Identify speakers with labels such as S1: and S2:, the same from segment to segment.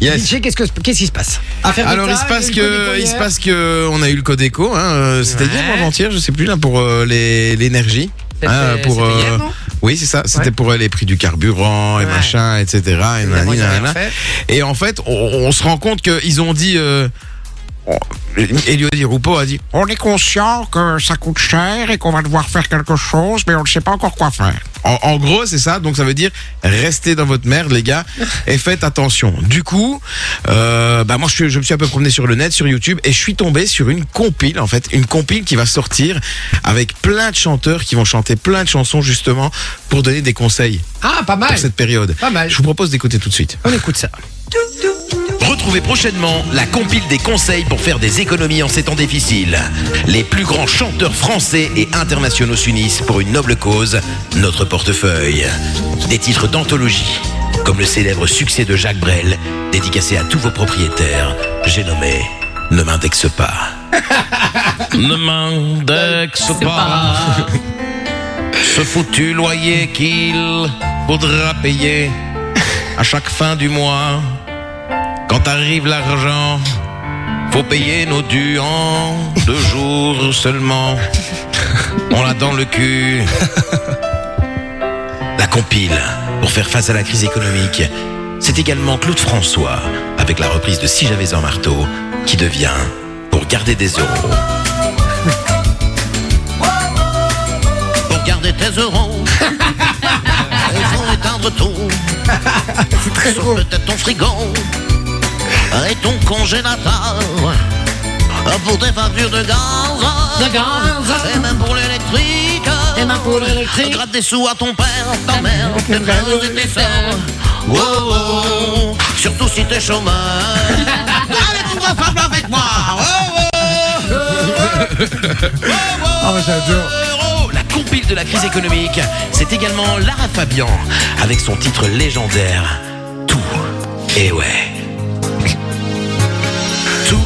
S1: Yes.
S2: DJ, qu'est-ce que- qu'est-ce qui se passe
S3: Affaire
S1: Alors il
S3: d'État,
S1: se passe
S3: eu le code
S1: que,
S3: des
S1: il se
S3: courriers.
S1: passe que, on a eu le code éco. Hein, euh, C'était hier
S2: Ouais.
S1: ou avant-hier, je sais plus là pour euh, les l'énergie. hein,
S2: C'était-
S1: pour
S2: c'était hier,
S1: euh,
S2: non
S1: oui c'est ça c'était
S2: Ouais.
S1: pour euh, les prix du carburant et
S2: Ouais.
S1: machin etc et, nanani,
S2: Évidemment, ils ont rien
S1: nanana.
S2: fait.
S1: Et en fait on, on se rend compte qu'ils ont dit euh, on- Elio Di Rupo a dit on est conscient que ça coûte cher et qu'on va devoir faire quelque chose mais on ne sait pas encore quoi faire en, en gros c'est ça donc ça veut dire restez dans votre merde les gars et faites attention du coup euh, bah moi je, suis- je me suis un peu promené sur le net sur YouTube et je suis tombé sur une compile en fait une compile qui va sortir avec plein de chanteurs qui vont chanter plein de chansons justement pour donner des conseils
S2: Ah, pas mal.
S1: pour cette période
S2: Pas mal.
S1: je vous propose d'écouter tout de suite
S2: On écoute ça.
S4: Retrouvez prochainement la compile des conseils pour faire des économies en ces temps difficiles. Les plus grands chanteurs français et internationaux s'unissent pour une noble cause, notre portefeuille. Des titres d'anthologie, comme le célèbre succès de Jacques Brel, dédicacé à tous vos propriétaires, j'ai nommé Ne m'indexe pas. ne m'indexe pas. Ce foutu loyer qu'il faudra payer à chaque fin du mois. Quand arrive l'argent, faut payer nos dus en deux jours seulement. On l'a dans le cul. La compile pour faire face à la crise économique. C'est également Claude François avec la reprise de Si j'avais un marteau qui devient Pour garder des euros. Pour garder tes euros, ils vont éteindre tout. Sauf peut-être ton frigo et ton congélateur pour des factures de gaz.
S2: De gaz.
S4: Et même pour l'électrique.
S2: Et même pour l'électrique.
S4: Gratte des sous à ton père, ta mère, tes frères et tes sœurs. Oh, oh, surtout si t'es chômeur. Allez, vous ensemble avec moi. Oh,
S3: Ah, j'adore.
S4: Euro, Oh, la compile de la crise économique, c'est également Lara Fabian avec son titre légendaire Tout. Et ouais. Tout,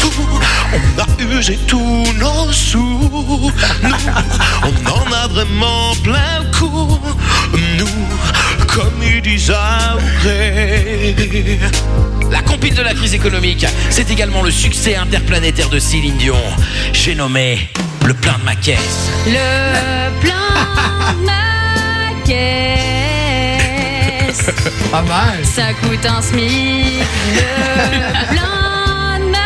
S4: tout, on a usé tous nos sous. On en a vraiment plein le coup. Nous, comme ils disent après. La compile de la crise économique, c'est également le succès interplanétaire de Céline Dion. J'ai nommé le plein de ma caisse.
S5: Le plein de ma caisse,
S2: Pas mal.
S5: ça coûte un SMIC. Le plein de ma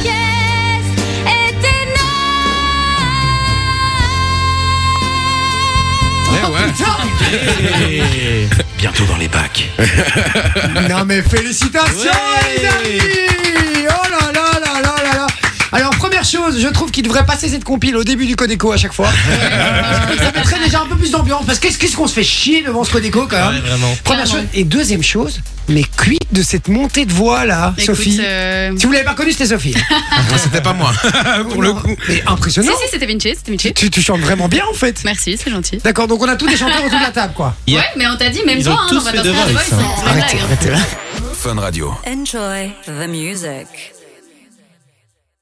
S5: caisse est énorme.
S1: Eh ouais.
S4: Bientôt dans les bacs.
S3: Non mais félicitations les amis Oh là là là là là là
S2: Alors, première chose, je trouve qu'il devrait passer cette compile au début du Codeco à chaque fois. Euh, ça mettrait déjà un peu plus d'ambiance. Parce que qu'est-ce qu'est-ce qu'on se fait chier devant ce Codeco quand même Première chose. Et deuxième chose, mais quid de cette montée de voix là,
S6: Écoute,
S2: Sophie
S6: euh,
S2: Si vous l'avez pas connue, c'était Sophie.
S1: c'était pas moi pour le
S2: Non,
S1: coup
S2: Mais impressionnant.
S6: Si, si, c'était Vinci, c'était Vinci.
S2: Tu, tu chantes vraiment bien en fait.
S6: Merci, c'est gentil.
S2: D'accord, donc on a tous des chanteurs autour de la table quoi.
S6: Ouais, mais on t'a dit, même
S3: Ils
S6: toi,
S3: ont
S6: hein,
S3: tous
S6: on va
S3: fait
S6: t'offrir
S3: devant
S6: un
S3: avec
S6: voice,
S3: ça.
S6: hein, c'est pas
S2: Arrêtez,
S6: blague, hein.
S2: arrêtez là.
S7: Enjoy the music.